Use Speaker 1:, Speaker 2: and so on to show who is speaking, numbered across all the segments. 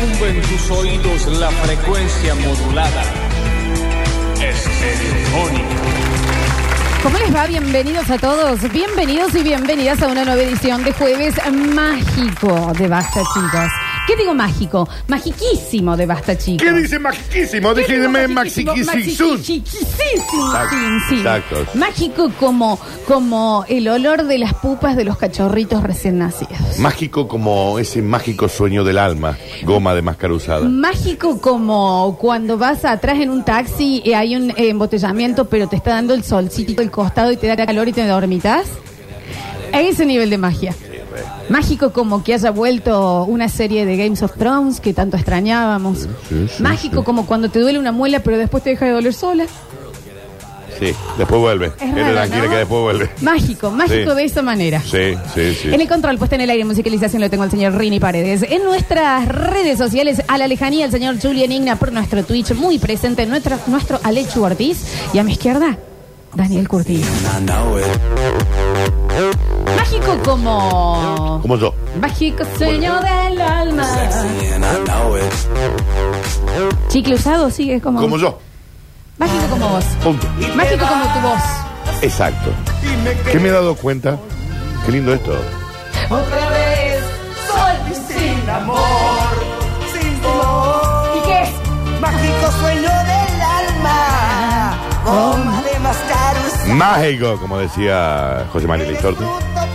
Speaker 1: tus oídos la frecuencia modulada. Estereofónica.
Speaker 2: ¿Cómo les va? Bienvenidos a todos. Bienvenidos y bienvenidas a una nueva edición de Jueves Mágico de Basta, chicos. ¿Qué digo mágico? Magiquísimo de Basta, chicos.
Speaker 3: ¿Qué dice maxiquísimo?
Speaker 2: ¿Qué digo
Speaker 3: Déjenme
Speaker 2: magiquísimo?
Speaker 3: maxiquisun.
Speaker 2: Maxiquiquisísimo,
Speaker 3: Exacto,
Speaker 2: sí, sí.
Speaker 3: exacto.
Speaker 2: Mágico como, como el olor de las pupas de los cachorritos recién nacidos.
Speaker 3: Mágico como ese mágico sueño del alma, goma de máscara usada.
Speaker 2: Mm. Mágico como cuando vas atrás en un taxi y hay un eh, embotellamiento, pero te está dando el solcito del costado y te da calor y te dormitas. A ese nivel de magia. Mágico como que haya vuelto una serie de Games of Thrones que tanto extrañábamos.
Speaker 3: sí, sí,
Speaker 2: Mágico
Speaker 3: sí.
Speaker 2: como cuando te duele una muela pero después te deja de doler sola.
Speaker 3: Sí, después vuelve.
Speaker 2: Es
Speaker 3: Era
Speaker 2: raro,
Speaker 3: tranquila
Speaker 2: ¿no?
Speaker 3: que después vuelve.
Speaker 2: Mágico, mágico
Speaker 3: Sí.
Speaker 2: de esa manera.
Speaker 3: Sí, sí, sí.
Speaker 2: En el control, puesta en el aire, musicalización, lo tengo al señor Rini Paredes. En nuestras redes sociales, a la lejanía, el señor Julian Igna por nuestro Twitch, muy presente, nuestro, nuestro Alechu Ortiz. Y a mi izquierda, Daniel Curtillo. Mágico como...
Speaker 3: Como yo.
Speaker 2: Mágico sueño del alma. Chicle usado, sigue como...
Speaker 3: Como yo.
Speaker 2: Mágico como vos.
Speaker 3: Punto.
Speaker 2: Mágico como tu voz.
Speaker 3: Exacto. ¿Qué me he dado cuenta? Qué lindo esto.
Speaker 2: Otra vez, soy sin amor.
Speaker 4: sin dolor.
Speaker 2: ¿Y qué es?
Speaker 4: Mágico sueño del alma. Goma de mascar usada.
Speaker 3: Mágico, como decía José María Listorti.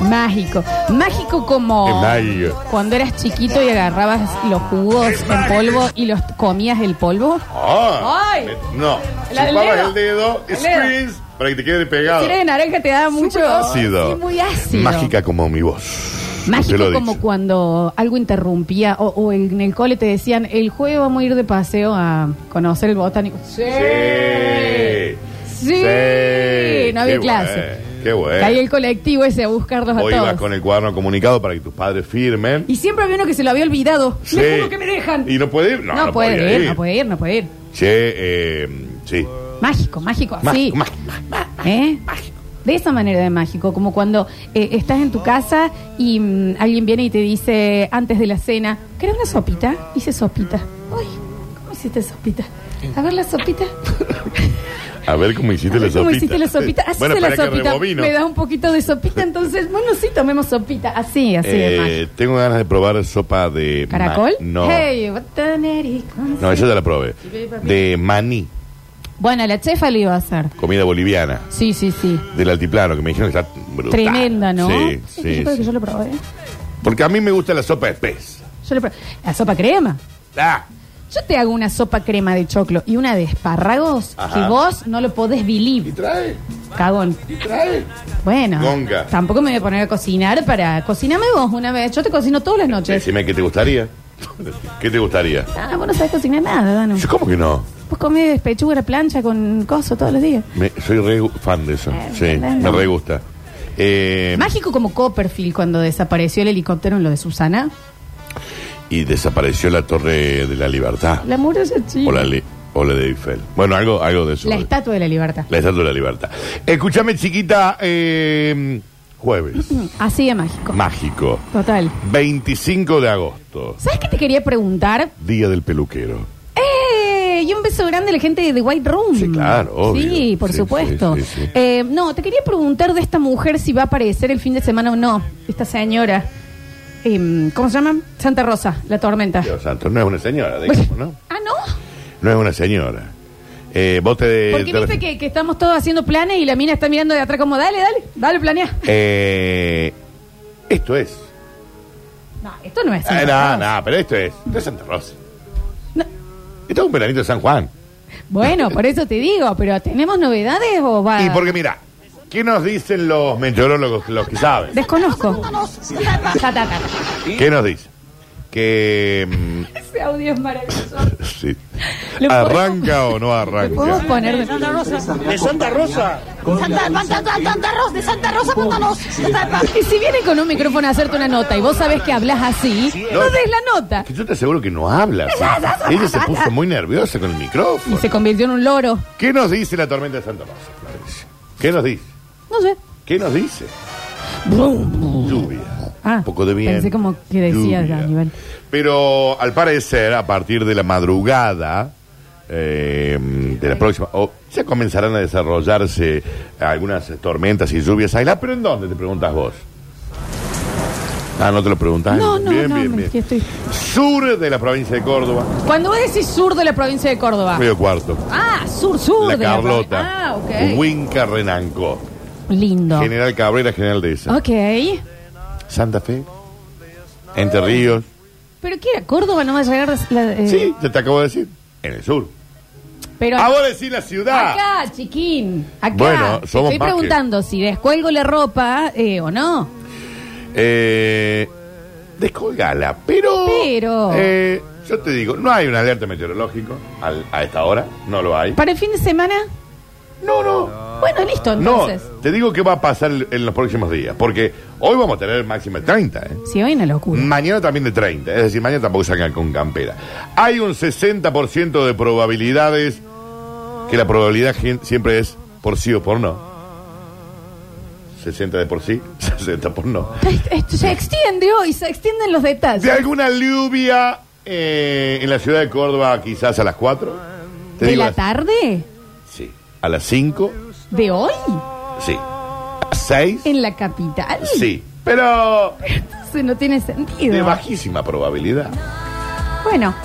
Speaker 2: Mágico. Mágico como
Speaker 3: Es mágico.
Speaker 2: cuando eras chiquito y agarrabas los jugos en polvo y los comías el polvo.
Speaker 3: Ah,
Speaker 2: Ay.
Speaker 3: me- no.
Speaker 2: La del
Speaker 3: Chupabas
Speaker 2: dedo.
Speaker 3: el dedo,
Speaker 2: El dedo.
Speaker 3: squeeze, para que te quede pegado.
Speaker 2: Si eres de naranja te da mucho
Speaker 3: Ah. Ácido.
Speaker 2: Sí, muy ácido.
Speaker 3: Mágica como mi voz. Te
Speaker 2: Mágico
Speaker 3: lo
Speaker 2: como
Speaker 3: dice.
Speaker 2: cuando algo interrumpía o, o en el cole te decían, el jueves vamos a ir de paseo a conocer el botánico. Sí.
Speaker 3: Sí.
Speaker 2: Sí. No había
Speaker 3: Qué
Speaker 2: clase.
Speaker 3: bueno, Qué bueno.
Speaker 2: Caía el colectivo ese a buscarlos a
Speaker 3: Hoy
Speaker 2: todos.
Speaker 3: ibas con el cuaderno comunicado para que tus padres firmen.
Speaker 2: Y siempre había uno que se lo había olvidado. Me
Speaker 3: Sí.
Speaker 2: juro que me dejan.
Speaker 3: Y no puede ir. No,
Speaker 2: no,
Speaker 3: no
Speaker 2: puede
Speaker 3: podía
Speaker 2: ir, no puede ir, no puede ir.
Speaker 3: Che, eh, sí.
Speaker 2: Mágico, mágico,
Speaker 3: Más,
Speaker 2: así.
Speaker 3: más, más, más.
Speaker 2: ¿Eh? De esa manera de mágico, como cuando eh, estás en tu casa y mm, alguien viene y te dice antes de la cena, ¿querés una sopita? Hice sopita. Uy, ¿cómo hiciste sopita? A ver la sopita.
Speaker 3: A ver cómo hiciste
Speaker 2: A
Speaker 3: la
Speaker 2: ver
Speaker 3: sopita.
Speaker 2: ¿Cómo hiciste la sopita? Así
Speaker 3: bueno,
Speaker 2: se la
Speaker 3: espera que
Speaker 2: sopita.
Speaker 3: rebobino.
Speaker 2: Me da un poquito de sopita, entonces, bueno, sí, tomemos sopita. Así, así de mágico.
Speaker 3: Eh, tengo ganas de probar sopa de... ma-
Speaker 2: ¿Caracol?
Speaker 3: No.
Speaker 2: Hey, botaneri, con-
Speaker 3: No, esa ya la probé. De maní,
Speaker 2: Bueno, la chefa lo iba a hacer.
Speaker 3: comida boliviana.
Speaker 2: Sí, sí, sí.
Speaker 3: Del altiplano, que me dijeron que está brutal.
Speaker 2: Tremenda, ¿no?
Speaker 3: Sí,
Speaker 2: Es que yo
Speaker 3: sí.
Speaker 2: creo que
Speaker 3: sí.
Speaker 2: yo lo probé.
Speaker 3: Porque a mí me gusta la sopa de pez.
Speaker 2: Yo lo probé. La sopa crema.
Speaker 3: Ah,
Speaker 2: Yo te hago una sopa crema de choclo y una de espárragos
Speaker 3: Ajá.
Speaker 2: que vos no lo podés
Speaker 3: y
Speaker 2: believe,
Speaker 3: trae,
Speaker 2: cagón.
Speaker 3: y trae.
Speaker 2: Bueno,
Speaker 3: Gonga.
Speaker 2: tampoco me voy a poner a cocinar para... Cociname vos una vez, yo te cocino todas las noches.
Speaker 3: Decime qué te gustaría. ¿Qué te gustaría?
Speaker 2: Ah, vos no sabés cocinar nada, Danu.
Speaker 3: Yo, ¿Cómo que no?
Speaker 2: Vos comés pechuga a la plancha con coso todos los días.
Speaker 3: Me- soy re gu- fan de eso.
Speaker 2: Eh,
Speaker 3: Sí,
Speaker 2: no, no.
Speaker 3: me re gusta. Eh,
Speaker 2: Mágico como Copperfield cuando desapareció el helicóptero en lo de Susana.
Speaker 3: y desapareció la Torre de la Libertad.
Speaker 2: La muralla chica.
Speaker 3: O la, li- o la de Eiffel. Bueno, algo, algo de eso.
Speaker 2: La estatua de la libertad.
Speaker 3: La Estatua de la Libertad. Escúchame, chiquita. eh, jueves.
Speaker 2: Mm, Así de mágico.
Speaker 3: Mágico.
Speaker 2: Total.
Speaker 3: 25 de agosto.
Speaker 2: ¿Sabes qué te quería preguntar?
Speaker 3: Día del peluquero.
Speaker 2: ¡Eh! Y un beso grande a la gente de The White Room.
Speaker 3: Sí, claro, obvio.
Speaker 2: Sí, por
Speaker 3: Sí,
Speaker 2: supuesto.
Speaker 3: sí, sí, sí.
Speaker 2: Eh, no, te quería preguntar de esta mujer si va a aparecer el fin de semana o no. Esta señora. Em, ¿Cómo se llama? Santa Rosa, la tormenta.
Speaker 3: Dios santo, no es una señora, digamos, ¿no?
Speaker 2: Ah, ¿no?
Speaker 3: No es una señora. Eh, vos te.
Speaker 2: Porque
Speaker 3: te-
Speaker 2: viste que, que estamos todos haciendo planes y la mina está mirando de atrás como, dale, dale, dale, planea.
Speaker 3: Eh, esto es.
Speaker 2: No, esto no es.
Speaker 3: Ah,
Speaker 2: Santa
Speaker 3: no,
Speaker 2: Rosa.
Speaker 3: no, pero esto es. Esto es Santa Rosa.
Speaker 2: No.
Speaker 3: Esto es un veranito de San Juan.
Speaker 2: Bueno, por eso te digo, pero ¿tenemos novedades o va?
Speaker 3: Y porque, mira, ¿qué nos dicen los meteorólogos, los que saben?
Speaker 2: Desconozco. Ta, ta, ta.
Speaker 3: ¿Qué nos dicen? Que. mm,
Speaker 2: Ese audio es maravilloso.
Speaker 3: sí.
Speaker 2: ¿Lo
Speaker 3: ¿Arranca o no
Speaker 2: ¿Lo podemos
Speaker 3: arranca?
Speaker 2: poner? de-
Speaker 5: Santa, Santa, Santa Rosa, de Santa Rosa, pónganos.
Speaker 2: Y si viene con un micrófono a hacerte una nota y vos sabés que hablas así, no,
Speaker 3: No.
Speaker 2: des la nota.
Speaker 3: Que yo te aseguro que no habla. ¿sí? Ella se puso muy nerviosa con el
Speaker 2: Y
Speaker 3: micrófono.
Speaker 2: se convirtió en un loro.
Speaker 3: ¿Qué nos dice la tormenta de Santa Rosa, Florencia? ¿Qué nos dice?
Speaker 2: No sé.
Speaker 3: ¿Qué nos dice? Lluvia.
Speaker 2: Ah,
Speaker 3: un poco de viento.
Speaker 2: pensé como que decías,
Speaker 3: lluvia.
Speaker 2: Aníbal.
Speaker 3: Pero al parecer, a partir de la madrugada eh, de la próxima, o ya comenzarán a desarrollarse algunas tormentas y lluvias aisladas. ¿Pero en dónde te preguntas vos? Ah, no te lo preguntás.
Speaker 2: No, no,
Speaker 3: bien,
Speaker 2: no,
Speaker 3: bien,
Speaker 2: me-
Speaker 3: bien.
Speaker 2: que estoy-
Speaker 3: Sur de la provincia de Córdoba,
Speaker 2: Cuando vos decís sur de la provincia de Córdoba.
Speaker 3: Río Cuarto.
Speaker 2: Ah, sur, sur.
Speaker 3: La
Speaker 2: de la provi-
Speaker 3: Carlota.
Speaker 2: ah, ok.
Speaker 3: Huinca Renanco.
Speaker 2: Lindo.
Speaker 3: General Cabrera, General de esa.
Speaker 2: Ok.
Speaker 3: Santa Fe. Entre Ríos.
Speaker 2: ¿Pero qué era? ¿Córdoba no va a llegar la- eh,
Speaker 3: Sí, ya te acabo de decir. En el sur.
Speaker 2: Pero
Speaker 3: Ah, vos decís la ciudad.
Speaker 2: acá, chiquín. Acá.
Speaker 3: Bueno, somos
Speaker 2: Estoy
Speaker 3: más que-
Speaker 2: preguntando si descuelgo la ropa eh, o no.
Speaker 3: Eh, descolgala, pero.
Speaker 2: Pero.
Speaker 3: eh, yo te digo, no hay un alerta meteorológico al- a esta hora. No lo hay.
Speaker 2: ¿Para el fin de semana?
Speaker 3: No, no.
Speaker 2: Bueno, listo,
Speaker 3: No,
Speaker 2: entonces.
Speaker 3: te digo que va a pasar en los próximos días. Porque hoy vamos a tener máxima de 30, ¿eh?
Speaker 2: Si hoy una locura.
Speaker 3: Mañana también de 30, es decir, mañana tampoco salgan con campera. Hay un 60% de probabilidades, que la probabilidad gen- siempre es por sí o por no. 60 de por sí, 60 por no.
Speaker 2: Esto se extiende hoy, se extienden los
Speaker 3: De
Speaker 2: detalles.
Speaker 3: alguna lluvia eh, en la ciudad de Córdoba, quizás a las 4. Te
Speaker 2: ¿De
Speaker 3: digo
Speaker 2: la
Speaker 3: las-
Speaker 2: tarde?
Speaker 3: Sí. A las 5,
Speaker 2: ¿De hoy?
Speaker 3: sí. A las 6,
Speaker 2: ¿En la capital?
Speaker 3: sí. Pero
Speaker 2: Entonces no tiene sentido.
Speaker 3: de bajísima probabilidad.
Speaker 2: Bueno,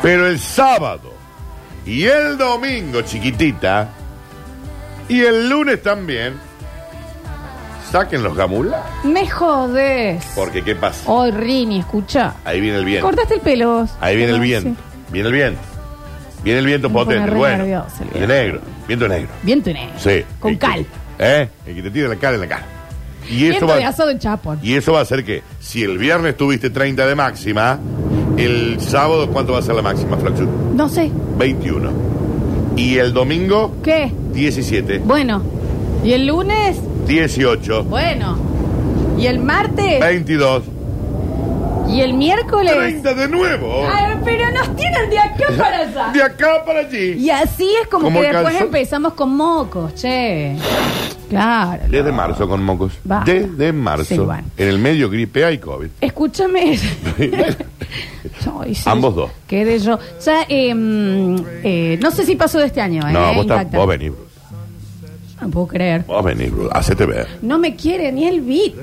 Speaker 3: Pero el sábado y el domingo, chiquitita, y el lunes también, saquen los gamulas.
Speaker 2: me jodes.
Speaker 3: Porque, ¿qué pasa?
Speaker 2: Hoy, Rini, escucha.
Speaker 3: Ahí viene el viento.
Speaker 2: Cortaste el pelo.
Speaker 3: Ahí viene el
Speaker 2: Sí.
Speaker 3: viento. Viene el viento. Viene el viento
Speaker 2: Me pone
Speaker 3: potente.
Speaker 2: re
Speaker 3: Bueno,
Speaker 2: nerviosa el
Speaker 3: de negro. Viento negro.
Speaker 2: Viento negro.
Speaker 3: Sí.
Speaker 2: Con
Speaker 3: El que-
Speaker 2: cal.
Speaker 3: ¿Eh? El que te tira la cal en la cara. Y eso,
Speaker 2: Viento
Speaker 3: va,
Speaker 2: de asado en Chapón.
Speaker 3: y eso va a hacer que, si el viernes tuviste 30 de máxima, el sábado, ¿cuánto va a ser la máxima, Flaxu?
Speaker 2: No sé.
Speaker 3: 21. Y el domingo,
Speaker 2: ¿Qué?
Speaker 3: 17,
Speaker 2: Bueno. ¿Y el lunes?
Speaker 3: 18,
Speaker 2: Bueno. ¿Y el martes?
Speaker 3: 22,
Speaker 2: ¿Y el miércoles?
Speaker 3: 30 de nuevo.
Speaker 2: Ay, pero nos tienen de acá para allá.
Speaker 3: De acá para allí.
Speaker 2: Y así es como
Speaker 3: Como
Speaker 2: que
Speaker 3: el
Speaker 2: después
Speaker 3: calzón.
Speaker 2: empezamos con mocos, che. Claro.
Speaker 3: Desde marzo con mocos.
Speaker 2: Basta.
Speaker 3: Desde marzo.
Speaker 2: Sí, bueno.
Speaker 3: En el medio gripe hay COVID.
Speaker 2: Escúchame. Ay, sí.
Speaker 3: Ambos dos.
Speaker 2: Quedé yo. Ya, eh, mm, eh, no sé si pasó de este año, ¿eh?
Speaker 3: no, vos, ta-
Speaker 2: Intacta.
Speaker 3: vos venís, Bruno.
Speaker 2: No puedo creer.
Speaker 3: Vos venís, Bruno. Hacete ver.
Speaker 2: No me quiere ni el beat.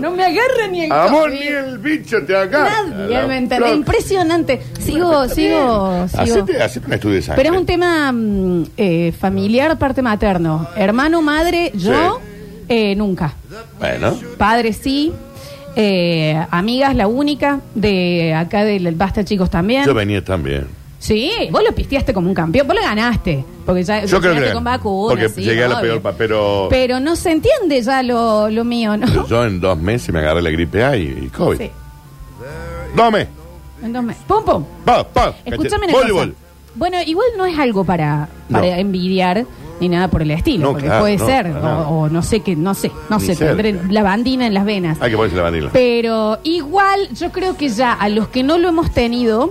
Speaker 2: no me agarra ni el
Speaker 3: Amor,
Speaker 2: COVID.
Speaker 3: ni el bicho te agarra.
Speaker 2: Nadie,
Speaker 3: La-
Speaker 2: ¿me entendés?
Speaker 3: la-
Speaker 2: Impresionante. Sigo,
Speaker 3: Está bien.
Speaker 2: sigo, sigo.
Speaker 3: Hacete, hacete un estudio de sangre.
Speaker 2: Pero es un tema mm, eh, familiar, parte materno. Hermano, madre, yo, eh, nunca.
Speaker 3: Bueno.
Speaker 2: Padre, sí. Eh, amigas, la única. De acá del Basta, chicos, también.
Speaker 3: Yo venía también.
Speaker 2: Sí, vos lo pisteaste como un campeón, vos lo ganaste. Porque ya
Speaker 3: Yo creo que.
Speaker 2: llegaste con vacunas,
Speaker 3: porque
Speaker 2: sí,
Speaker 3: llegué a la
Speaker 2: obvio.
Speaker 3: peor, pa- pero.
Speaker 2: Pero no se entiende ya lo, lo mío, ¿no?
Speaker 3: Yo en dos meses me agarré la gripe A y, y COVID.
Speaker 2: Sí.
Speaker 3: Dos meses.
Speaker 2: Entonces, pum, pum.
Speaker 3: Pa, pa.
Speaker 2: Escúchame una cosa.
Speaker 3: Cachete. Voleibol.
Speaker 2: Bueno, igual no es algo para, para
Speaker 3: No.
Speaker 2: envidiar ni nada por el estilo,
Speaker 3: No,
Speaker 2: porque
Speaker 3: claro,
Speaker 2: puede
Speaker 3: no,
Speaker 2: ser,
Speaker 3: para
Speaker 2: o-
Speaker 3: nada.
Speaker 2: o, no sé qué, no sé, no
Speaker 3: Ni
Speaker 2: sé, tendré
Speaker 3: cerca.
Speaker 2: la bandina en las venas.
Speaker 3: Hay que ponerse la vanilla.
Speaker 2: Pero igual yo creo que ya a los que no lo hemos tenido,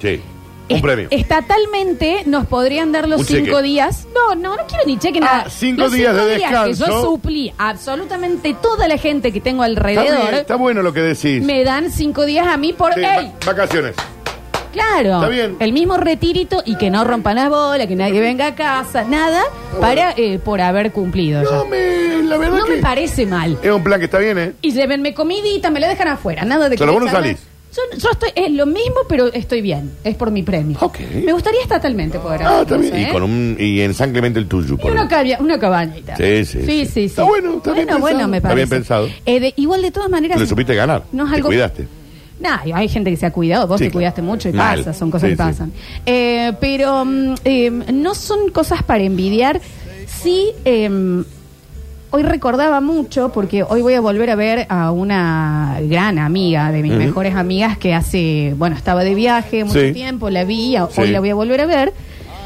Speaker 3: Sí. Un
Speaker 2: est-
Speaker 3: premio.
Speaker 2: estatalmente nos podrían dar los
Speaker 3: Un cheque. Ah,
Speaker 2: cinco días. No, no, no quiero ni cheque nada.
Speaker 3: cinco
Speaker 2: Los
Speaker 3: días de
Speaker 2: Que yo
Speaker 3: descanso.
Speaker 2: suplí a absolutamente toda la gente que tengo
Speaker 3: Está, bien,
Speaker 2: alrededor.
Speaker 3: está bueno lo que decís.
Speaker 2: me dan cinco días a mí por...
Speaker 3: Sí,
Speaker 2: ¡Ey!
Speaker 3: va- vacaciones.
Speaker 2: Claro.
Speaker 3: Está bien.
Speaker 2: El mismo retirito y que no rompan las bolas, que nadie venga a casa, nada, para eh, por haber cumplido
Speaker 3: No
Speaker 2: ya.
Speaker 3: me, la verdad
Speaker 2: No
Speaker 3: que
Speaker 2: me parece mal.
Speaker 3: es un plan que está bien, ¿eh?
Speaker 2: Y llévenme comidita, me la dejan afuera, nada de
Speaker 3: Pero vos no
Speaker 2: echarme-
Speaker 3: salís.
Speaker 2: Yo, yo estoy, es lo mismo, pero estoy bien. Es por mi premio.
Speaker 3: Ok.
Speaker 2: Me gustaría estatalmente poder
Speaker 3: Ah,
Speaker 2: hacer
Speaker 3: está bien.
Speaker 2: eso, ¿eh?
Speaker 3: Y con un y en San Clemente el tuyo.
Speaker 2: Y
Speaker 3: por
Speaker 2: una,
Speaker 3: ejemplo.
Speaker 2: cabia- una cabañita.
Speaker 3: Sí, sí,
Speaker 2: Sí,
Speaker 3: sí.
Speaker 2: sí, sí.
Speaker 3: Está bueno, está bien
Speaker 2: Bueno, bueno,
Speaker 3: pensado.
Speaker 2: me
Speaker 3: Está
Speaker 2: parece.
Speaker 3: bien pensado.
Speaker 2: Eh, de- igual, de todas maneras.
Speaker 3: Lo supiste ganar.
Speaker 2: No es
Speaker 3: Te
Speaker 2: algo-
Speaker 3: cuidaste.
Speaker 2: Nah, hay gente que se ha cuidado, vos
Speaker 3: Sí,
Speaker 2: te
Speaker 3: claro.
Speaker 2: cuidaste mucho y
Speaker 3: Mal.
Speaker 2: pasa, son cosas
Speaker 3: Sí,
Speaker 2: que pasan. Eh, pero mm, eh, no son cosas para envidiar. Sí, eh, hoy recordaba mucho, porque hoy voy a volver a ver a una gran amiga de mis mejores amigas que hace, bueno, estaba de viaje mucho
Speaker 3: Sí.
Speaker 2: tiempo, la vi, a- hoy
Speaker 3: Sí.
Speaker 2: la voy a volver a ver.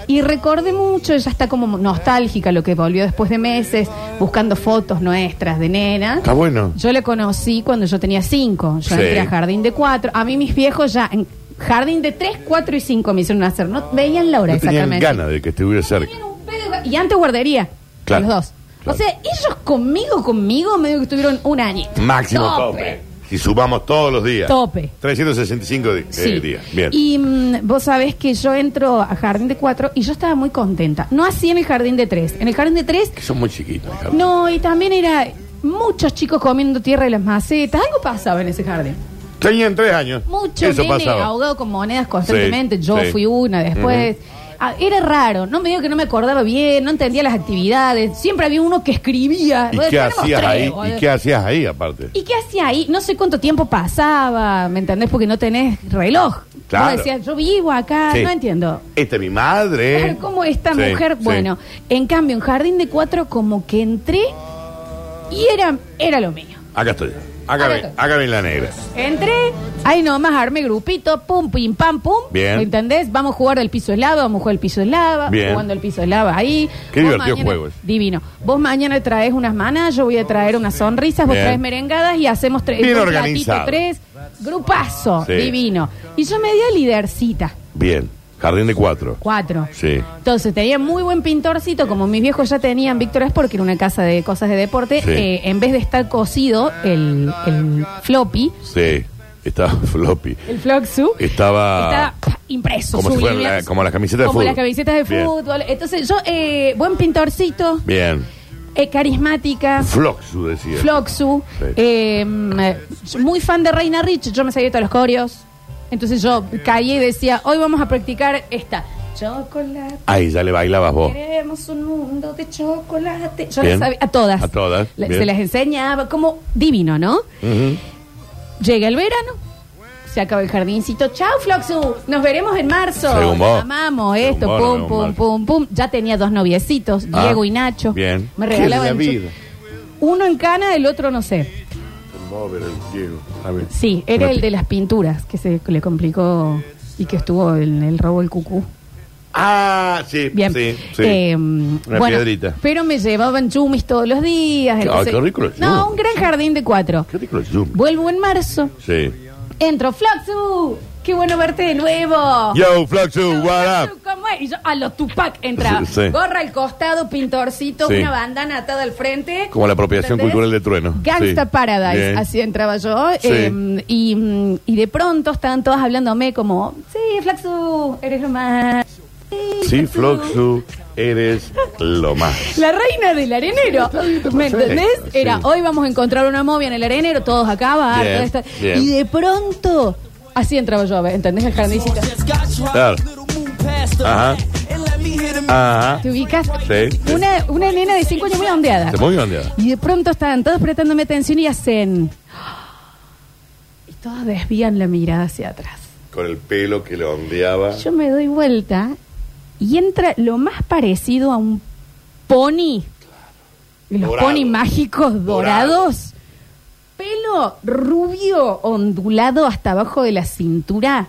Speaker 2: Y recordé mucho, ella está como nostálgica, lo que volvió después de meses, buscando fotos nuestras de nena.
Speaker 3: Está bueno.
Speaker 2: Yo la conocí cuando yo tenía cinco. Yo
Speaker 3: Sí.
Speaker 2: entré a jardín de cuatro. A mí mis viejos ya en jardín de tres, cuatro y cinco me hicieron nacer. No veían la hora
Speaker 3: No tenían
Speaker 2: exactamente.
Speaker 3: ganas de que estuviera cerca.
Speaker 2: Tenían un pedo de- Y antes guardería.
Speaker 3: Claro,
Speaker 2: Los dos. O sea, ellos conmigo, conmigo, medio que estuvieron un añito.
Speaker 3: Máximo tope. Si sumamos todos los días.
Speaker 2: Tope.
Speaker 3: 365 di- eh,
Speaker 2: Sí.
Speaker 3: días. Bien.
Speaker 2: Y mm, vos sabés que yo entro a jardín de cuatro y yo estaba muy contenta. No así en el jardín de tres. En el jardín de tres,
Speaker 3: Que son muy chiquitos. hija.
Speaker 2: no, y también era muchos chicos comiendo tierra de las macetas. Algo pasaba en ese jardín.
Speaker 3: Tenían tres años.
Speaker 2: Mucho
Speaker 3: Eso
Speaker 2: nene
Speaker 3: pasaba.
Speaker 2: ahogado con monedas constantemente.
Speaker 3: Sí,
Speaker 2: Yo
Speaker 3: sí.
Speaker 2: fui una después. Ah, era raro, no me digo que no me acordaba bien, no entendía las actividades. Siempre había uno que escribía.
Speaker 3: ¿Y
Speaker 2: Bueno,
Speaker 3: qué
Speaker 2: tenemos
Speaker 3: hacías
Speaker 2: tres,
Speaker 3: ahí?
Speaker 2: boludo.
Speaker 3: ¿Y qué hacías ahí aparte?
Speaker 2: ¿Y qué hacía ahí? No sé cuánto tiempo pasaba, ¿me entendés? Porque no tenés reloj.
Speaker 3: Claro.
Speaker 2: Vos decías, yo vivo acá,
Speaker 3: Sí.
Speaker 2: no entiendo.
Speaker 3: Esta es mi madre.
Speaker 2: Claro, ¿Cómo esta
Speaker 3: Sí,
Speaker 2: mujer?
Speaker 3: sí.
Speaker 2: Bueno, en cambio, en Jardín de Cuatro como que entré y era, era lo mío.
Speaker 3: Acá estoy. Acá,
Speaker 2: Acá
Speaker 3: ven,
Speaker 2: estoy.
Speaker 3: acá ven la negra.
Speaker 2: Entré, ahí nomás armé grupito, pum, pim, pam, pum.
Speaker 3: Bien.
Speaker 2: ¿Me ¿Entendés? Vamos a jugar al piso de lava, vamos a jugar al piso de lava,
Speaker 3: Bien.
Speaker 2: jugando al piso de lava ahí.
Speaker 3: Qué
Speaker 2: Vos
Speaker 3: divertido
Speaker 2: mañana-
Speaker 3: juego es.
Speaker 2: Divino. Vos mañana traes unas manas, yo voy a traer unas sonrisas, vos
Speaker 3: Bien.
Speaker 2: traes merengadas y hacemos tres.
Speaker 3: Bien
Speaker 2: un platito,
Speaker 3: organizado.
Speaker 2: Tres, grupazo,
Speaker 3: Sí.
Speaker 2: divino. Y yo me di a lidercita,
Speaker 3: Bien. Jardín de cuatro.
Speaker 2: cuatro.
Speaker 3: Sí.
Speaker 2: Entonces tenía muy buen pintorcito, como mis viejos ya tenían Víctor es porque era una casa de cosas de deporte,
Speaker 3: Sí.
Speaker 2: eh, en vez de estar cocido el, el floppy,
Speaker 3: Sí. Estaba floppy.
Speaker 2: el floxu,
Speaker 3: Estaba.
Speaker 2: está pa, impreso.
Speaker 3: Ah, Como si
Speaker 2: sublime.
Speaker 3: fueran la- como las camisetas de
Speaker 2: Como
Speaker 3: fútbol.
Speaker 2: las camisetas de
Speaker 3: Bien.
Speaker 2: fútbol. Entonces yo, eh, buen pintorcito,
Speaker 3: Bien.
Speaker 2: eh, carismática.
Speaker 3: Floxu decía.
Speaker 2: Floxu,
Speaker 3: Sí.
Speaker 2: eh, mm, muy fan de Reina Rich, yo me sabía todos los coreos. Entonces yo caí y decía, hoy vamos a practicar esta. Chocolate.
Speaker 3: Ahí ya le bailabas vos.
Speaker 2: Queremos un mundo de chocolate. Yo
Speaker 3: Bien.
Speaker 2: las sabía, a todas.
Speaker 3: A todas,
Speaker 2: Le-
Speaker 3: bien.
Speaker 2: se las enseñaba como divino, ¿no?
Speaker 3: Ujú.
Speaker 2: Llega el verano, se acaba el jardincito. ¡Chao, Floxu! Nos veremos en marzo.
Speaker 3: Según vos.
Speaker 2: Amamos
Speaker 3: Según
Speaker 2: esto,
Speaker 3: vos,
Speaker 2: pum, pum,
Speaker 3: nos vemos en
Speaker 2: pum, pum. Ya tenía dos noviecitos,
Speaker 3: Ah,
Speaker 2: Diego y Nacho.
Speaker 3: bien.
Speaker 2: Me
Speaker 3: Qué
Speaker 2: regalaban.
Speaker 3: de la vida.
Speaker 2: Uno en cana, el otro no sé. Sí, era el de las pinturas que se le complicó y que estuvo en el robo del cucú.
Speaker 3: Ah, sí.
Speaker 2: Bien.
Speaker 3: Sí, sí.
Speaker 2: Eh, bueno,
Speaker 3: piedrita.
Speaker 2: Pero me llevaban chumis todos los días. entonces-
Speaker 3: qué rico los
Speaker 2: No,
Speaker 3: chumis.
Speaker 2: un gran jardín de cuatro.
Speaker 3: Qué rico los Zoom.
Speaker 2: Vuelvo en marzo.
Speaker 3: Sí.
Speaker 2: Entro, Flaxu. Qué bueno verte de nuevo.
Speaker 3: Yo, Floxu, what up?
Speaker 2: Flaxu, ¿cómo es? Y yo a los Tupac entraba.
Speaker 3: Sí.
Speaker 2: Gorra al costado, pintorcito,
Speaker 3: Sí.
Speaker 2: una bandana atada al frente.
Speaker 3: Como la apropiación
Speaker 2: ¿Entendés?
Speaker 3: cultural de Trueno.
Speaker 2: Gangsta
Speaker 3: Sí.
Speaker 2: Paradise,
Speaker 3: Bien.
Speaker 2: así entraba yo.
Speaker 3: Sí.
Speaker 2: eh, y, mm, y de pronto estaban todas hablándome como, sí, Flaxu, eres lo más.
Speaker 3: Sí, Floxu, eres lo más.
Speaker 2: La reina del arenero. ¿Me
Speaker 3: perfecto,
Speaker 2: entendés?
Speaker 3: sí.
Speaker 2: Era, hoy vamos a encontrar una momia en el arenero, todos acá, va,
Speaker 3: Bien,
Speaker 2: todo esto.
Speaker 3: bien.
Speaker 2: Y de pronto, así entraba yo, ¿ves? ¿entendés? El jardincito.
Speaker 3: Claro. Ajá. Ajá.
Speaker 2: ¿Te ubicas?
Speaker 3: Sí, sí.
Speaker 2: Una, una nena de 5 años muy ondeada.
Speaker 3: Se muy ondeada.
Speaker 2: Y de pronto estaban todos prestándome atención y hacen... "Ah", Y todos desvían la mirada hacia atrás.
Speaker 3: Con el pelo que le ondeaba.
Speaker 2: Yo me doy vuelta y entra lo más parecido a un pony. Los
Speaker 3: Dorado.
Speaker 2: pony mágicos dorados. Pelo rubio ondulado hasta abajo de la cintura.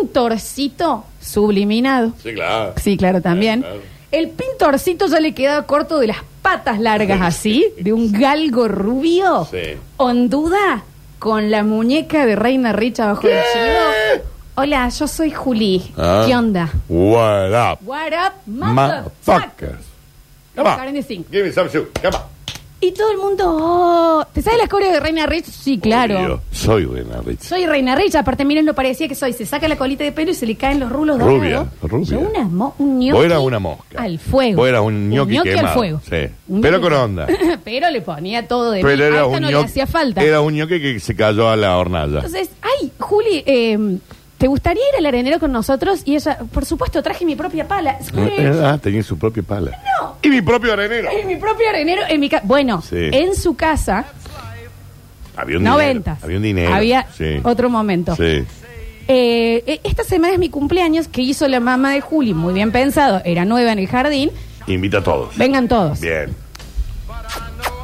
Speaker 2: Pintorcito subliminado.
Speaker 3: Sí, claro.
Speaker 2: Sí, claro, también.
Speaker 3: Ah, Claro, claro.
Speaker 2: El pintorcito ya le quedaba corto de las patas largas así, de un galgo rubio.
Speaker 3: Sí.
Speaker 2: Onduda, con la muñeca de Reina Rich abajo del chivo. Hola, yo soy Juli.
Speaker 3: Ah.
Speaker 2: ¿Qué onda?
Speaker 3: What up?
Speaker 2: What up, motherfucker?
Speaker 3: Motherfuckers. Come on.
Speaker 2: Karen de cinco.
Speaker 3: Give me some shoe. Come on.
Speaker 2: Y todo el mundo, oh, ¿te sabes la coreo de Reina Rich? Sí, claro.
Speaker 3: Obvio. Soy Reina Rich.
Speaker 2: Soy Reina Rich, aparte miren lo parecía que soy. Se saca la colita de pelo y se le caen los rulos dorados.
Speaker 3: Rubia, rubia.
Speaker 2: Yo una mo- un ñoqui
Speaker 3: Vos eras una mosca.
Speaker 2: Al fuego.
Speaker 3: Vos eras un ñoqui
Speaker 2: al
Speaker 3: quemado.
Speaker 2: fuego.
Speaker 3: Sí.
Speaker 2: Un
Speaker 3: Pero
Speaker 2: ñoqui-
Speaker 3: con onda.
Speaker 2: Pero le ponía todo de mí.
Speaker 3: Pero
Speaker 2: A
Speaker 3: era
Speaker 2: esta
Speaker 3: un
Speaker 2: no le
Speaker 3: ñoqui-
Speaker 2: hacía falta.
Speaker 3: Era un ñoqui que se cayó a la hornalla.
Speaker 2: Entonces, ay, Juli, eh, ¿te gustaría ir al arenero con nosotros? Y ella, por supuesto, traje mi propia pala. Sí.
Speaker 3: Ah, tenía su propia pala.
Speaker 2: No.
Speaker 3: Y mi propio arenero.
Speaker 2: En mi propio arenero, en mi casa. Bueno,
Speaker 3: Sí.
Speaker 2: en su casa,
Speaker 3: Había un dinero.
Speaker 2: noventas.
Speaker 3: Había un dinero.
Speaker 2: Había
Speaker 3: Sí.
Speaker 2: otro momento.
Speaker 3: Sí.
Speaker 2: Eh, eh, esta semana es mi cumpleaños que hizo la mamá de Juli, muy bien pensado, era nueva en el jardín.
Speaker 3: Invita a todos.
Speaker 2: Vengan todos.
Speaker 3: Bien.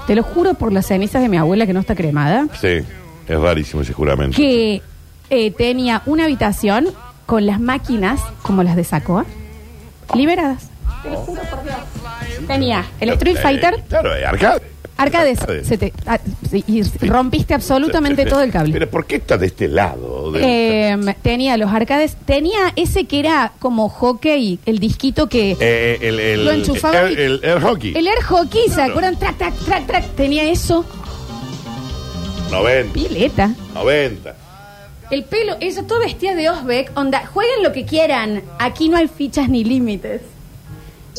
Speaker 2: Te lo juro por las cenizas de mi abuela que no está cremada,
Speaker 3: Sí. Es rarísimo ese juramento.
Speaker 2: que eh, tenía una habitación con las máquinas, como las de Sacoa, liberadas. Te lo juro por Dios. Tenía el Street
Speaker 3: Eh,
Speaker 2: Fighter,
Speaker 3: Claro, eh, arcade.
Speaker 2: arcades,
Speaker 3: Arcade.
Speaker 2: se te- ah, sí, y rompiste absolutamente
Speaker 3: Sí, sí,
Speaker 2: todo
Speaker 3: sí.
Speaker 2: el cable.
Speaker 3: Pero ¿por qué está de este lado de Lucas.
Speaker 2: Em, tenía los arcades, tenía ese que era como hockey, el disquito que...
Speaker 3: Eh, el, el,
Speaker 2: Lo enchufaba
Speaker 3: El,
Speaker 2: y-
Speaker 3: el air hockey.
Speaker 2: El air hockey, ¿se
Speaker 3: Claro.
Speaker 2: acuerdan? Trac, trac, trac, trac. Tenía eso.
Speaker 3: 90.
Speaker 2: Pileta.
Speaker 3: 90.
Speaker 2: El pelo, ella todo vestía de Osbeck. Onda, jueguen lo que quieran. Aquí no hay fichas ni límites.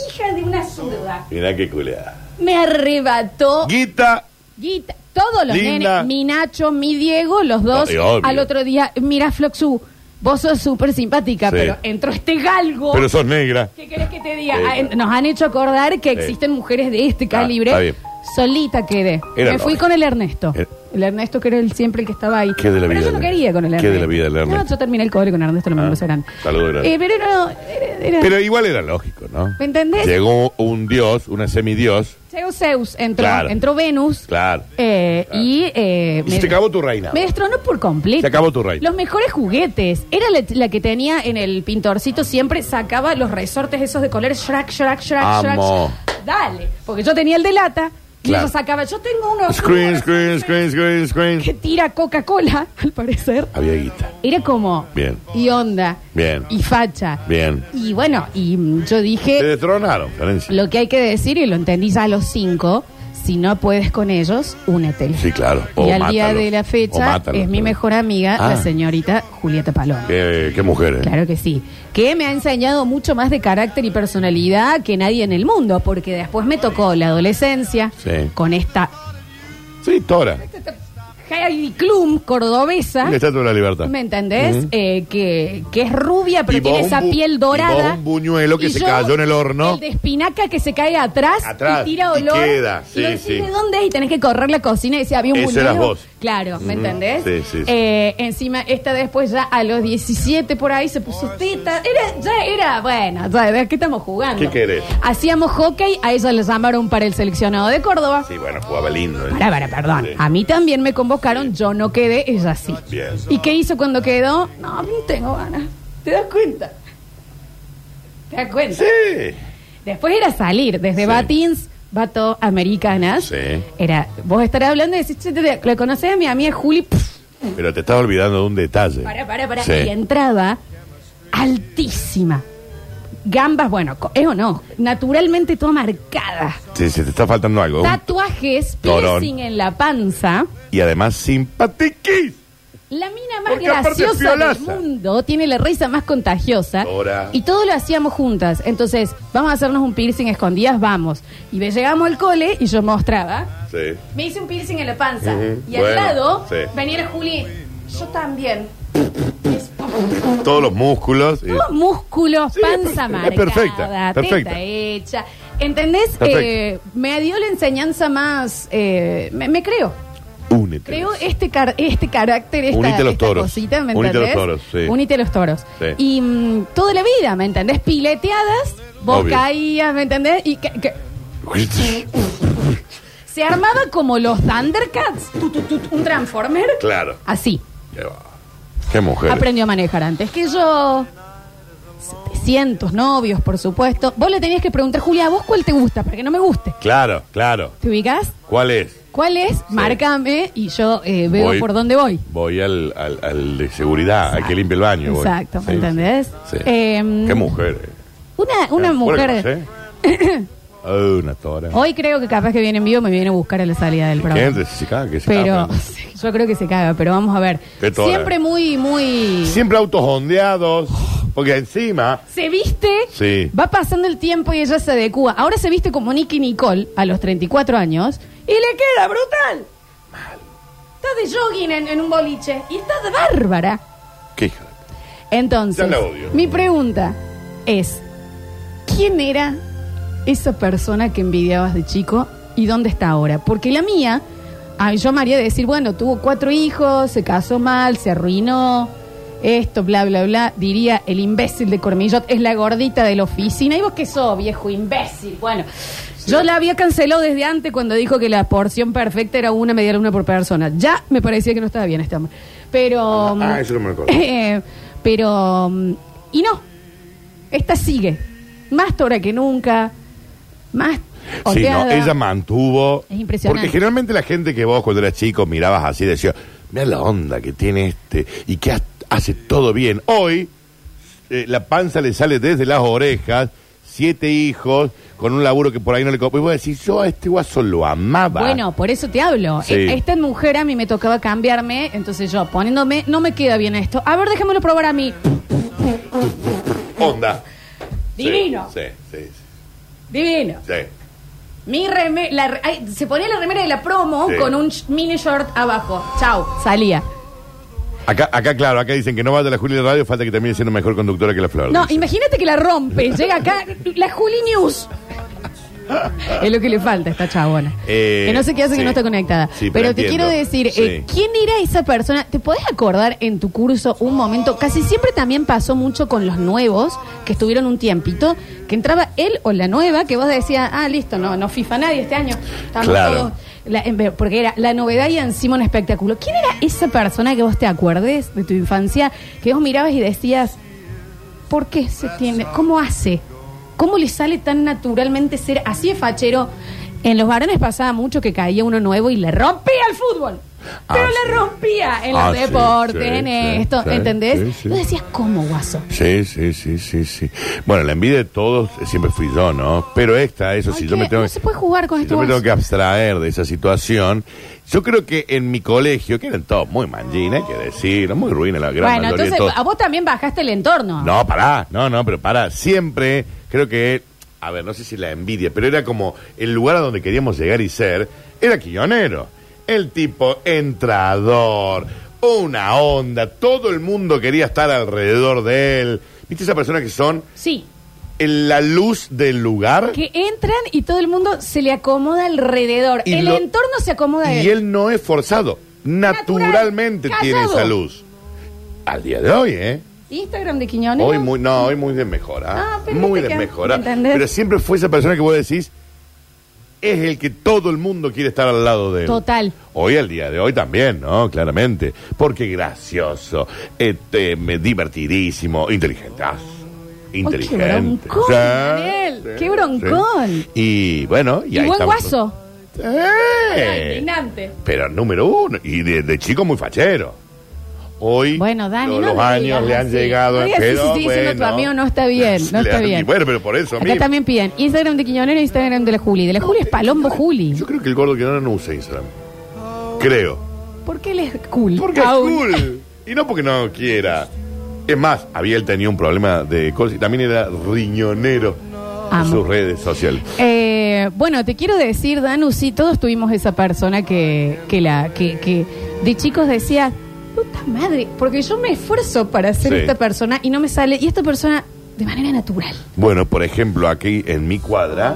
Speaker 2: Hija de una zurda.
Speaker 3: Mirá qué culeada.
Speaker 2: Me arrebató.
Speaker 3: Guita.
Speaker 2: Guita. Todos los
Speaker 3: Linda.
Speaker 2: nenes, mi Nacho, mi Diego, los dos.
Speaker 3: No, y obvio.
Speaker 2: al otro día, mira, Floxu, vos sos súper simpática,
Speaker 3: Sí.
Speaker 2: pero entró este galgo.
Speaker 3: Pero sos negra.
Speaker 2: ¿Qué querés que te diga?
Speaker 3: Sí.
Speaker 2: Ah, en- Nos han hecho acordar que existen mujeres de este calibre.
Speaker 3: eh. Ah, está bien.
Speaker 2: Solita quedé.
Speaker 3: Era
Speaker 2: Me
Speaker 3: lo
Speaker 2: fui
Speaker 3: mismo.
Speaker 2: con el Ernesto.
Speaker 3: Era-
Speaker 2: El Ernesto que era el, siempre el que estaba ahí.
Speaker 3: Qué de la
Speaker 2: Pero
Speaker 3: vida
Speaker 2: yo no
Speaker 3: del-
Speaker 2: quería con el
Speaker 3: qué
Speaker 2: Ernesto.
Speaker 3: de la vida del Ernesto.
Speaker 2: No, yo terminé el cobre con Ernesto, no me
Speaker 3: Ah,
Speaker 2: conocerán.
Speaker 3: saludo grande.
Speaker 2: Eh, pero no, era- era-
Speaker 3: Pero igual era lógico, ¿no?
Speaker 2: ¿Me entendés?
Speaker 3: Llegó un dios, una semidios.
Speaker 2: Llegó Zeus, entró,
Speaker 3: Claro.
Speaker 2: entró Venus.
Speaker 3: Claro.
Speaker 2: eh,
Speaker 3: Claro.
Speaker 2: Y, eh,
Speaker 3: Y se te acabó tu reinado.
Speaker 2: Me destronó por completo.
Speaker 3: Se acabó tu reino.
Speaker 2: Los mejores juguetes. Era la, la que tenía en el pintorcito siempre, sacaba los resortes esos de colores, shrak, shrak, shrak,
Speaker 3: Amo.
Speaker 2: shrak. Dale. Porque yo tenía el de lata y
Speaker 3: Claro.
Speaker 2: ella sacaba. Yo tengo uno
Speaker 3: Screen, screen, screen,
Speaker 2: que
Speaker 3: screen, screen.
Speaker 2: tira Coca-Cola, al parecer.
Speaker 3: Había guita.
Speaker 2: Era como.
Speaker 3: Bien.
Speaker 2: Y onda.
Speaker 3: Bien.
Speaker 2: Y facha.
Speaker 3: Bien. Eh.
Speaker 2: Y bueno, y mm, yo
Speaker 3: Te
Speaker 2: dije
Speaker 3: destronaron, Florencia.
Speaker 2: lo que hay que decir y lo entendí ya a los cinco. Si no puedes con ellos, únete.
Speaker 3: Sí, claro.
Speaker 2: y
Speaker 3: O
Speaker 2: al día
Speaker 3: mátalos.
Speaker 2: de la
Speaker 3: O
Speaker 2: fecha
Speaker 3: mátalos.
Speaker 2: es mi mejor amiga,
Speaker 3: Ah.
Speaker 2: la señorita Julieta Paloma.
Speaker 3: Qué, qué mujer, ¿eh?
Speaker 2: Claro que sí. Que me ha enseñado mucho más de carácter y personalidad que nadie en el mundo, porque después me tocó la adolescencia
Speaker 3: Sí.
Speaker 2: con esta
Speaker 3: Sí, Tora.
Speaker 2: Heidi Klum cordobesa.
Speaker 3: La estatua de la libertad.
Speaker 2: ¿Me entendés?
Speaker 3: Ujú.
Speaker 2: Eh, que, que es rubia, pero
Speaker 3: Y
Speaker 2: tiene
Speaker 3: vos
Speaker 2: esa
Speaker 3: un bu- y
Speaker 2: piel
Speaker 3: vos
Speaker 2: dorada.
Speaker 3: un buñuelo que
Speaker 2: Y
Speaker 3: se cayó en el horno.
Speaker 2: El de espinaca que se cae atrás,
Speaker 3: Atrás,
Speaker 2: y tira
Speaker 3: y
Speaker 2: olor.
Speaker 3: queda, sí,
Speaker 2: y decís,
Speaker 3: sí.
Speaker 2: ¿De dónde es? Y tenés que correr la cocina y decir, había un
Speaker 3: Ese
Speaker 2: buñuelo.
Speaker 3: eras vos.
Speaker 2: Claro, ¿me
Speaker 3: Ujú.
Speaker 2: entendés?
Speaker 3: Sí, sí, sí.
Speaker 2: Eh, encima, esta después ya a los 17 por ahí se puso teta. Era, ya era, bueno, ya, ¿de qué estamos jugando?
Speaker 3: ¿Qué querés?
Speaker 2: Hacíamos hockey, a ella le llamaron para el seleccionado de Córdoba.
Speaker 3: Sí, bueno, jugaba lindo. ¿eh?
Speaker 2: Para, para, perdón.
Speaker 3: Sí.
Speaker 2: A mí también me convocaron, yo no quedé, ella sí.
Speaker 3: Bien.
Speaker 2: ¿Y qué hizo cuando quedó? No, no tengo ganas. ¿Te das cuenta? ¿Te das cuenta?
Speaker 3: Sí.
Speaker 2: Después era salir desde
Speaker 3: Sí.
Speaker 2: Batins, Bato Americanas.
Speaker 3: Sí.
Speaker 2: Era, vos estarás hablando y decís, "Che, te- te- lo conocés a mi amiga Juli. Pff,
Speaker 3: Pero te estaba olvidando de un detalle.
Speaker 2: para, para, para.
Speaker 3: Sí.
Speaker 2: Y entraba altísima. Gambas, bueno, co- es o no, naturalmente toda marcada.
Speaker 3: Sí, sí, te está faltando algo. Un-
Speaker 2: Tatuajes,
Speaker 3: Torón.
Speaker 2: piercing en la panza.
Speaker 3: Y además, simpatiquis.
Speaker 2: La mina más
Speaker 3: Porque aparte es
Speaker 2: graciosa del
Speaker 3: piolaza.
Speaker 2: mundo tiene la risa más contagiosa.
Speaker 3: Ahora.
Speaker 2: Y todo lo hacíamos juntas. Entonces, vamos a hacernos un piercing a escondidas, vamos. Y ve- llegamos al cole y yo mostraba.
Speaker 3: Sí.
Speaker 2: Me hice un piercing en la panza.
Speaker 3: Ujú.
Speaker 2: Y al
Speaker 3: Bueno,
Speaker 2: lado
Speaker 3: sí.
Speaker 2: venía la Juli. Yo también.
Speaker 3: Todos los músculos. eh, y-
Speaker 2: Todos músculos,
Speaker 3: Sí, es
Speaker 2: panza
Speaker 3: perfecta, es
Speaker 2: marcada,
Speaker 3: perfecta, perfecta.
Speaker 2: teta hecha. ¿Entendés?
Speaker 3: Perfecta.
Speaker 2: Eh, me dio la enseñanza más... eh, me- me creo.
Speaker 3: Únete.
Speaker 2: Creo este, car- este carácter, esta,
Speaker 3: Unite a los
Speaker 2: esta
Speaker 3: toros.
Speaker 2: cosita, ¿me
Speaker 3: Unite a los
Speaker 2: entendés?
Speaker 3: toros, sí.
Speaker 2: Unite a los toros.
Speaker 3: Sí.
Speaker 2: Y mm, toda la vida, ¿me entendés? Pileteadas, vos
Speaker 3: Obvio.
Speaker 2: caías, ¿me entendés? Y que- que- se armaba como los Thundercats, tu, tu, tu, un Transformer.
Speaker 3: Claro.
Speaker 2: Así.
Speaker 3: Qué va. Qué mujer.
Speaker 2: Aprendió a manejar antes que yo. 700 novios, por supuesto. Vos le tenías que preguntar, Julia, ¿a vos cuál te gusta? Para que no me guste.
Speaker 3: Claro, claro.
Speaker 2: ¿Te ubicás?
Speaker 3: ¿Cuál es?
Speaker 2: ¿Cuál es? Márcame y yo eh, veo
Speaker 3: Voy-
Speaker 2: por dónde voy.
Speaker 3: Voy al, al, al de seguridad, al que limpia el baño. voy.
Speaker 2: Exacto, ¿me
Speaker 3: Sí,
Speaker 2: entendés?
Speaker 3: sí.
Speaker 2: Em,
Speaker 3: Qué mujer. eh.
Speaker 2: Una, una
Speaker 3: Bueno,
Speaker 2: mujer.
Speaker 3: que no sé. Oh, una tora.
Speaker 2: Hoy creo que capaz que viene en vivo me viene a buscar a la salida del
Speaker 3: Que
Speaker 2: programa.
Speaker 3: entre, si se caga, que se
Speaker 2: Pero
Speaker 3: caga.
Speaker 2: sí, yo creo que se caga, pero vamos a ver.
Speaker 3: Qué tora.
Speaker 2: Siempre muy, muy.
Speaker 3: Siempre autos hondeados. Porque encima.
Speaker 2: Se viste,
Speaker 3: Sí.
Speaker 2: va pasando el tiempo y ella se adecua. Ahora se viste como Nicky Nicole a los 34 años y le queda brutal. Está de jogging en, en un boliche y está de bárbara.
Speaker 3: ¿Qué hija de-
Speaker 2: Entonces,
Speaker 3: Ya la odio.
Speaker 2: mi pregunta es, ¿quién era esa persona que envidiabas de chico y dónde está ahora? Porque la mía, ay, yo me haría decir, bueno, tuvo cuatro hijos, se casó mal, se arruinó, esto, bla, bla, bla, diría el imbécil de Cormillot, es la gordita de la oficina, y vos qué sos, viejo imbécil, bueno. Yo la había cancelado desde antes cuando dijo que la porción perfecta era una media luna por persona. Ya me parecía que no estaba bien este hombre. Pero...
Speaker 3: Ah, eso no me lo acuerdo.
Speaker 2: Eh, pero. mm, Y no. Esta sigue. Más tora que nunca. Más.
Speaker 3: Sí, no,
Speaker 2: oleada.
Speaker 3: ella mantuvo.
Speaker 2: Es impresionante.
Speaker 3: Porque generalmente la gente que vos cuando eras chico mirabas así decía, mira la onda que tiene este y qué as- hace todo bien. Hoy eh, la panza le sale desde las orejas, siete hijos, con un laburo que por ahí no le copa. Y vos decís, yo a este guaso lo amaba.
Speaker 2: Bueno, por eso te hablo.
Speaker 3: Sí.
Speaker 2: E- Esta mujer a mí me tocaba cambiarme, entonces yo poniéndome, no me queda bien esto. A ver, déjamelo probar a mí.
Speaker 3: onda. Sí,
Speaker 2: Divino,
Speaker 3: Sí, sí,
Speaker 2: divino.
Speaker 3: sí, sí.
Speaker 2: Mi reme- la re- ay, se ponía la remera de la promo
Speaker 3: Sí.
Speaker 2: con un sh- mini short abajo. Chao, salía.
Speaker 3: Acá, acá, claro, acá dicen que no vaya la Julia de Radio, falta que termine siendo mejor conductora que la Flor.
Speaker 2: No,
Speaker 3: dice.
Speaker 2: imagínate que la rompe, llega acá la Juli News. Es lo que le falta a esta chabona.
Speaker 3: Eh,
Speaker 2: que no sé qué hace
Speaker 3: sí.
Speaker 2: que no está conectada.
Speaker 3: Sí, pero
Speaker 2: pero te
Speaker 3: entiendo.
Speaker 2: quiero decir, eh,
Speaker 3: Sí.
Speaker 2: ¿quién era esa persona? ¿Te podés acordar en tu curso un momento? Casi siempre también pasó mucho con los nuevos que estuvieron un tiempito, que entraba él o la nueva, que vos decías, ah, listo, no, no FIFA nadie este año. Estamos
Speaker 3: Claro.
Speaker 2: todos- la- en ver- porque era la novedad y encima un espectáculo. ¿Quién era esa persona que vos te acuerdes de tu infancia, que vos mirabas y decías, ¿Por qué se tiene? ¿Cómo hace? ¿Cómo le sale tan naturalmente ser así de fachero? En los varones pasaba mucho que caía uno nuevo y le rompía el fútbol.
Speaker 3: Ah,
Speaker 2: Pero
Speaker 3: sí.
Speaker 2: le rompía en
Speaker 3: Ah,
Speaker 2: los
Speaker 3: sí,
Speaker 2: deportes,
Speaker 3: sí,
Speaker 2: en
Speaker 3: sí,
Speaker 2: esto,
Speaker 3: sí,
Speaker 2: ¿entendés?
Speaker 3: sí, sí.
Speaker 2: Tú decías, ¿cómo, guaso?
Speaker 3: Sí, sí, sí, sí, sí. Bueno, la envidia de todos eh, siempre fui yo, ¿no? Pero esta, eso
Speaker 2: Ay,
Speaker 3: sí, yo
Speaker 2: que
Speaker 3: me tengo
Speaker 2: no se puede jugar con
Speaker 3: si
Speaker 2: esto,
Speaker 3: Yo me
Speaker 2: vos.
Speaker 3: tengo que abstraer de esa situación. Yo creo que en mi colegio, que eran todos muy manjina, hay que decir, muy ruina la gran
Speaker 2: bueno,
Speaker 3: mayoría de
Speaker 2: entonces
Speaker 3: todos.
Speaker 2: a vos también bajaste el entorno.
Speaker 3: No, pará, no, no, pero pará. Siempre creo que, a ver, no sé si la envidia, pero era como el lugar a donde queríamos llegar y ser, era quillonero. El tipo entrador, una onda, todo el mundo quería estar alrededor de él. ¿Viste esas personas que son
Speaker 2: Sí,
Speaker 3: en la luz del lugar?
Speaker 2: que entran y todo el mundo se le acomoda alrededor.
Speaker 3: Y
Speaker 2: el
Speaker 3: lo-
Speaker 2: entorno se acomoda a
Speaker 3: Y él no es forzado.
Speaker 2: Natural,
Speaker 3: Naturalmente tiene
Speaker 2: callado.
Speaker 3: esa luz. Al día de hoy, ¿eh?
Speaker 2: Instagram de Quiñones.
Speaker 3: Hoy muy, no, hoy muy de mejora.
Speaker 2: Ah, pero
Speaker 3: muy
Speaker 2: viste
Speaker 3: de
Speaker 2: que-
Speaker 3: mejora.
Speaker 2: ¿me entendés?
Speaker 3: Pero siempre fue esa persona que vos decís, es el que todo el mundo quiere estar al lado de él.
Speaker 2: Total.
Speaker 3: Hoy, al día de hoy también, ¿no? Claramente. Porque gracioso, este, me- divertidísimo, inteligente. Inteligente.
Speaker 2: broncón, Daniel, qué broncón.
Speaker 3: Y bueno, y ahí
Speaker 2: buen
Speaker 3: estamos. Eh.
Speaker 2: guaso.
Speaker 3: Sí.
Speaker 2: indignante.
Speaker 3: Pero número uno, y de, de chico muy fachero. Hoy
Speaker 2: Bueno, Dani,
Speaker 3: lo-
Speaker 2: no
Speaker 3: los
Speaker 2: me
Speaker 3: años
Speaker 2: digas
Speaker 3: le han
Speaker 2: así.
Speaker 3: llegado.
Speaker 2: No digas
Speaker 3: pero
Speaker 2: si sigue siendo tu
Speaker 3: bueno.
Speaker 2: amigo, no está bien, no
Speaker 3: Le
Speaker 2: está
Speaker 3: han-
Speaker 2: bien.
Speaker 3: y Bueno, pero por eso
Speaker 2: Acá
Speaker 3: mismo.
Speaker 2: también piden Instagram de Quiñonero, e Instagram de la Juli. De la Juli es Palombo Juli.
Speaker 3: Yo creo que el gordo que no, no usa Instagram. Creo.
Speaker 2: ¿Por qué él es cool?
Speaker 3: Porque
Speaker 2: Aún.
Speaker 3: es cool. Y no porque no quiera. Es más, había él tenía un problema de cosas y también era riñonero en
Speaker 2: Amo.
Speaker 3: sus redes sociales.
Speaker 2: Eh, bueno, te quiero decir, Danu, sí, todos tuvimos esa persona que, que la que, que de chicos decía, puta madre, porque yo me esfuerzo para ser
Speaker 3: Sí.
Speaker 2: esta persona y no me sale, y esta persona de manera natural.
Speaker 3: Bueno, por ejemplo, aquí en mi cuadra,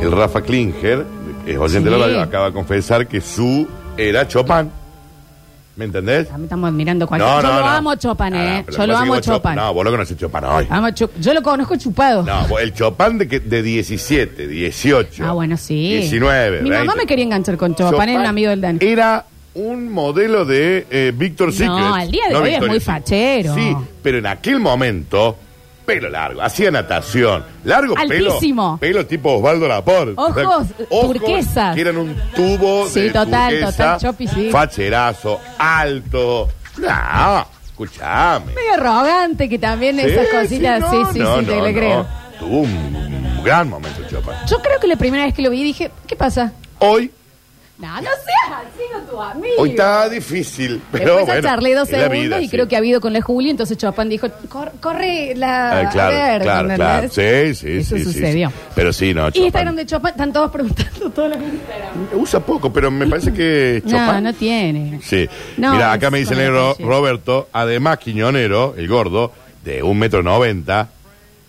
Speaker 3: el Rafa Klinger, que es oyente de
Speaker 2: Sí.
Speaker 3: la radio, acaba de confesar que su era Chopin. ¿Me entendés?
Speaker 2: A mí Estamos admirando cualquier. Ah, yo lo amo a Chopin,
Speaker 3: No,
Speaker 2: ¿eh? yo
Speaker 3: no, pero que
Speaker 2: lo
Speaker 3: pasa es que
Speaker 2: amo a
Speaker 3: vos Chop-
Speaker 2: Chopin. Ah.
Speaker 3: No, vos lo conocés Chopin hoy.
Speaker 2: Amo a Chop- yo lo conozco chupado.
Speaker 3: No, vos- el Chopin de, que- de 17, 18.
Speaker 2: Ah, bueno, sí.
Speaker 3: 19.
Speaker 2: Mi
Speaker 3: 20.
Speaker 2: mamá me quería enganchar con Chopin, era un amigo del Dani.
Speaker 3: Era un modelo de eh, Victor Secret.
Speaker 2: al día de hoy es
Speaker 3: Victoria's
Speaker 2: muy
Speaker 3: Secret.
Speaker 2: fachero.
Speaker 3: Sí, pero en aquel momento, pelo largo, hacía natación, largo
Speaker 2: Altísimo.
Speaker 3: pelo, pelo tipo Osvaldo Laporte.
Speaker 2: Ojos turquesas.
Speaker 3: Que eran un tubo
Speaker 2: Sí,
Speaker 3: de
Speaker 2: total,
Speaker 3: turquesa,
Speaker 2: total, Chopi, sí.
Speaker 3: Facherazo, alto. No, escuchame.
Speaker 2: Medio arrogante, que también
Speaker 3: Sí,
Speaker 2: esas cositas,
Speaker 3: no,
Speaker 2: sí, sí,
Speaker 3: no,
Speaker 2: sí, te
Speaker 3: no,
Speaker 2: le
Speaker 3: no.
Speaker 2: creo.
Speaker 3: Tuvo un gran momento Chopin.
Speaker 2: Yo creo que la primera vez que lo vi dije, ¿qué pasa?
Speaker 3: Hoy
Speaker 2: No, no seas así con tu amigo.
Speaker 3: Hoy está difícil, pero
Speaker 2: Después
Speaker 3: bueno,
Speaker 2: ya charlé dos
Speaker 3: es la
Speaker 2: segundos
Speaker 3: vida,
Speaker 2: y
Speaker 3: sí.
Speaker 2: creo que ha habido con la Juli, entonces Chopin dijo, "Cor- corre la...
Speaker 3: Ah, claro,
Speaker 2: a ver",
Speaker 3: claro,
Speaker 2: ¿entendés?
Speaker 3: claro. Sí, sí,
Speaker 2: Eso
Speaker 3: sí, sí,
Speaker 2: sucedió.
Speaker 3: sí. Pero sí, no, Chopin.
Speaker 2: Instagram de Chopin, están todos preguntando todos los Instagram.
Speaker 3: Usa poco, pero me parece que Chopin.
Speaker 2: No, no tiene.
Speaker 3: Sí.
Speaker 2: No,
Speaker 3: Mira, acá
Speaker 2: es
Speaker 3: me dice el
Speaker 2: con
Speaker 3: negro
Speaker 2: detalle.
Speaker 3: Roberto, además Quiñonero, el gordo, de un metro noventa,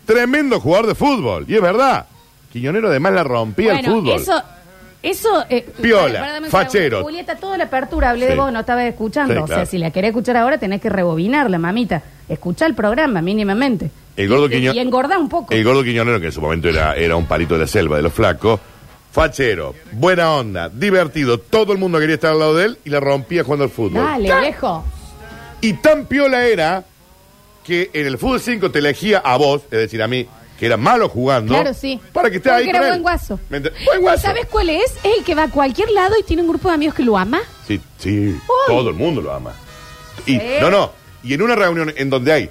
Speaker 3: tremendo jugador de fútbol. Y es verdad, Quiñonero además la rompía el
Speaker 2: Bueno,
Speaker 3: fútbol.
Speaker 2: eso... Eso, eh,
Speaker 3: Piola,
Speaker 2: para- para dame un segundo.
Speaker 3: fachero.
Speaker 2: Julieta, toda la apertura hablé de
Speaker 3: Sí.
Speaker 2: vos, no estaba escuchando.
Speaker 3: Sí,
Speaker 2: O sea,
Speaker 3: claro.
Speaker 2: si la querés escuchar ahora, tenés que rebobinarla, mamita. Escucha el programa, mínimamente.
Speaker 3: El gordo,
Speaker 2: Y-
Speaker 3: Quiño-
Speaker 2: y engordá un poco.
Speaker 3: El gordo Quiñonero, que en su momento era, era un palito de la selva de los flacos, fachero, buena onda, divertido, todo el mundo quería estar al lado de él y la rompía jugando al fútbol.
Speaker 2: Dale,
Speaker 3: ¡Ca!
Speaker 2: viejo.
Speaker 3: Y tan piola era que en el fútbol 5 te elegía a vos, es decir, a mí, que era malo jugando.
Speaker 2: Claro, sí.
Speaker 3: Para que esté
Speaker 2: Porque
Speaker 3: ahí.
Speaker 2: era
Speaker 3: con él.
Speaker 2: buen guaso.
Speaker 3: ¿Me ent- Buen guaso.
Speaker 2: ¿Sabes cuál es? Es el que va a cualquier lado y tiene un grupo de amigos que lo ama.
Speaker 3: Sí, sí.
Speaker 2: Uy.
Speaker 3: Todo el mundo lo ama. Y, No, no. Y en una reunión en donde hay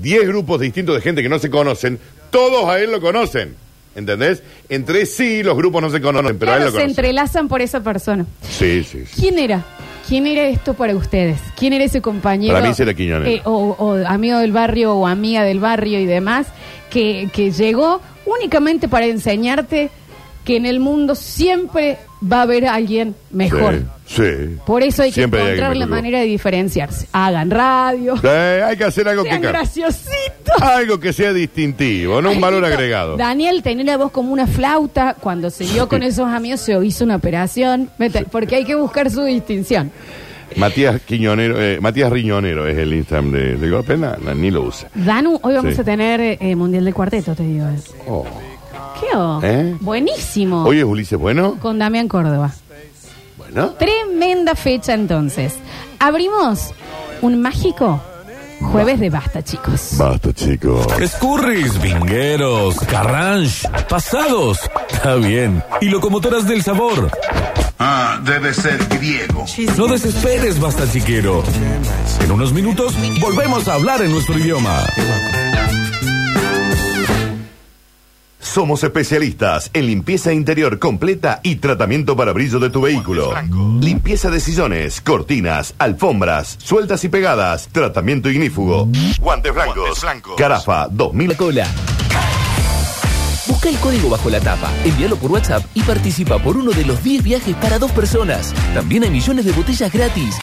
Speaker 3: 10 grupos distintos de gente que no se conocen, todos a él lo conocen. ¿Entendés? Entre sí los grupos no se conocen, pero a él
Speaker 2: Claro,
Speaker 3: lo
Speaker 2: se
Speaker 3: conocen.
Speaker 2: entrelazan por esa persona.
Speaker 3: Sí, sí, sí.
Speaker 2: ¿Quién era? ¿Quién era esto para ustedes? ¿Quién era ese compañero?
Speaker 3: Para mí será Quiñonero.
Speaker 2: eh, o, o amigo del barrio o amiga del barrio y demás, que, que llegó únicamente para enseñarte que en el mundo siempre va a haber alguien mejor.
Speaker 3: Sí. sí.
Speaker 2: Por eso hay que
Speaker 3: Siempre alguien
Speaker 2: encontrar la
Speaker 3: mejor que vos.
Speaker 2: manera de diferenciarse. Hagan radio,
Speaker 3: Eh, hay que hacer algo que
Speaker 2: sean
Speaker 3: ca-
Speaker 2: graciositos.
Speaker 3: algo que sea distintivo, no un valor
Speaker 2: Maldito.
Speaker 3: agregado.
Speaker 2: Daniel tenía la voz como una flauta. Cuando se vio con esos amigos, se hizo una operación. ¿me ent- Porque hay que buscar su distinción.
Speaker 3: Matías Quiñonero, eh, Matías Riñonero es el Instagram de, de Gorka, na- na- ni lo usa.
Speaker 2: Danu, hoy vamos
Speaker 3: Sí.
Speaker 2: a tener eh, Mundial del Cuarteto, te digo.
Speaker 3: Oh.
Speaker 2: ¿Qué? o?
Speaker 3: ¿Eh?
Speaker 2: Buenísimo.
Speaker 3: Oye, Ulises, bueno,
Speaker 2: Con Damián Córdoba.
Speaker 3: bueno.
Speaker 2: Tremenda fecha entonces. Abrimos un mágico jueves de basta, chicos.
Speaker 3: Basta, chicos.
Speaker 6: Escurris, vingueros, carranche, pasados. Está bien. Y locomotoras del sabor.
Speaker 7: Ah, debe ser griego.
Speaker 6: No desesperes, basta chiquero. En unos minutos volvemos a hablar en nuestro idioma.
Speaker 8: Somos especialistas en limpieza interior completa y tratamiento para brillo de tu vehículo. Limpieza de sillones, cortinas, alfombras, sueltas y pegadas, tratamiento ignífugo.
Speaker 7: Mm.
Speaker 8: Guantes blancos. Carafa 2000.
Speaker 9: Coca-Cola. Busca el código bajo la tapa, envíalo por WhatsApp y participa por uno de los 10 viajes para dos personas. También hay millones de botellas gratis.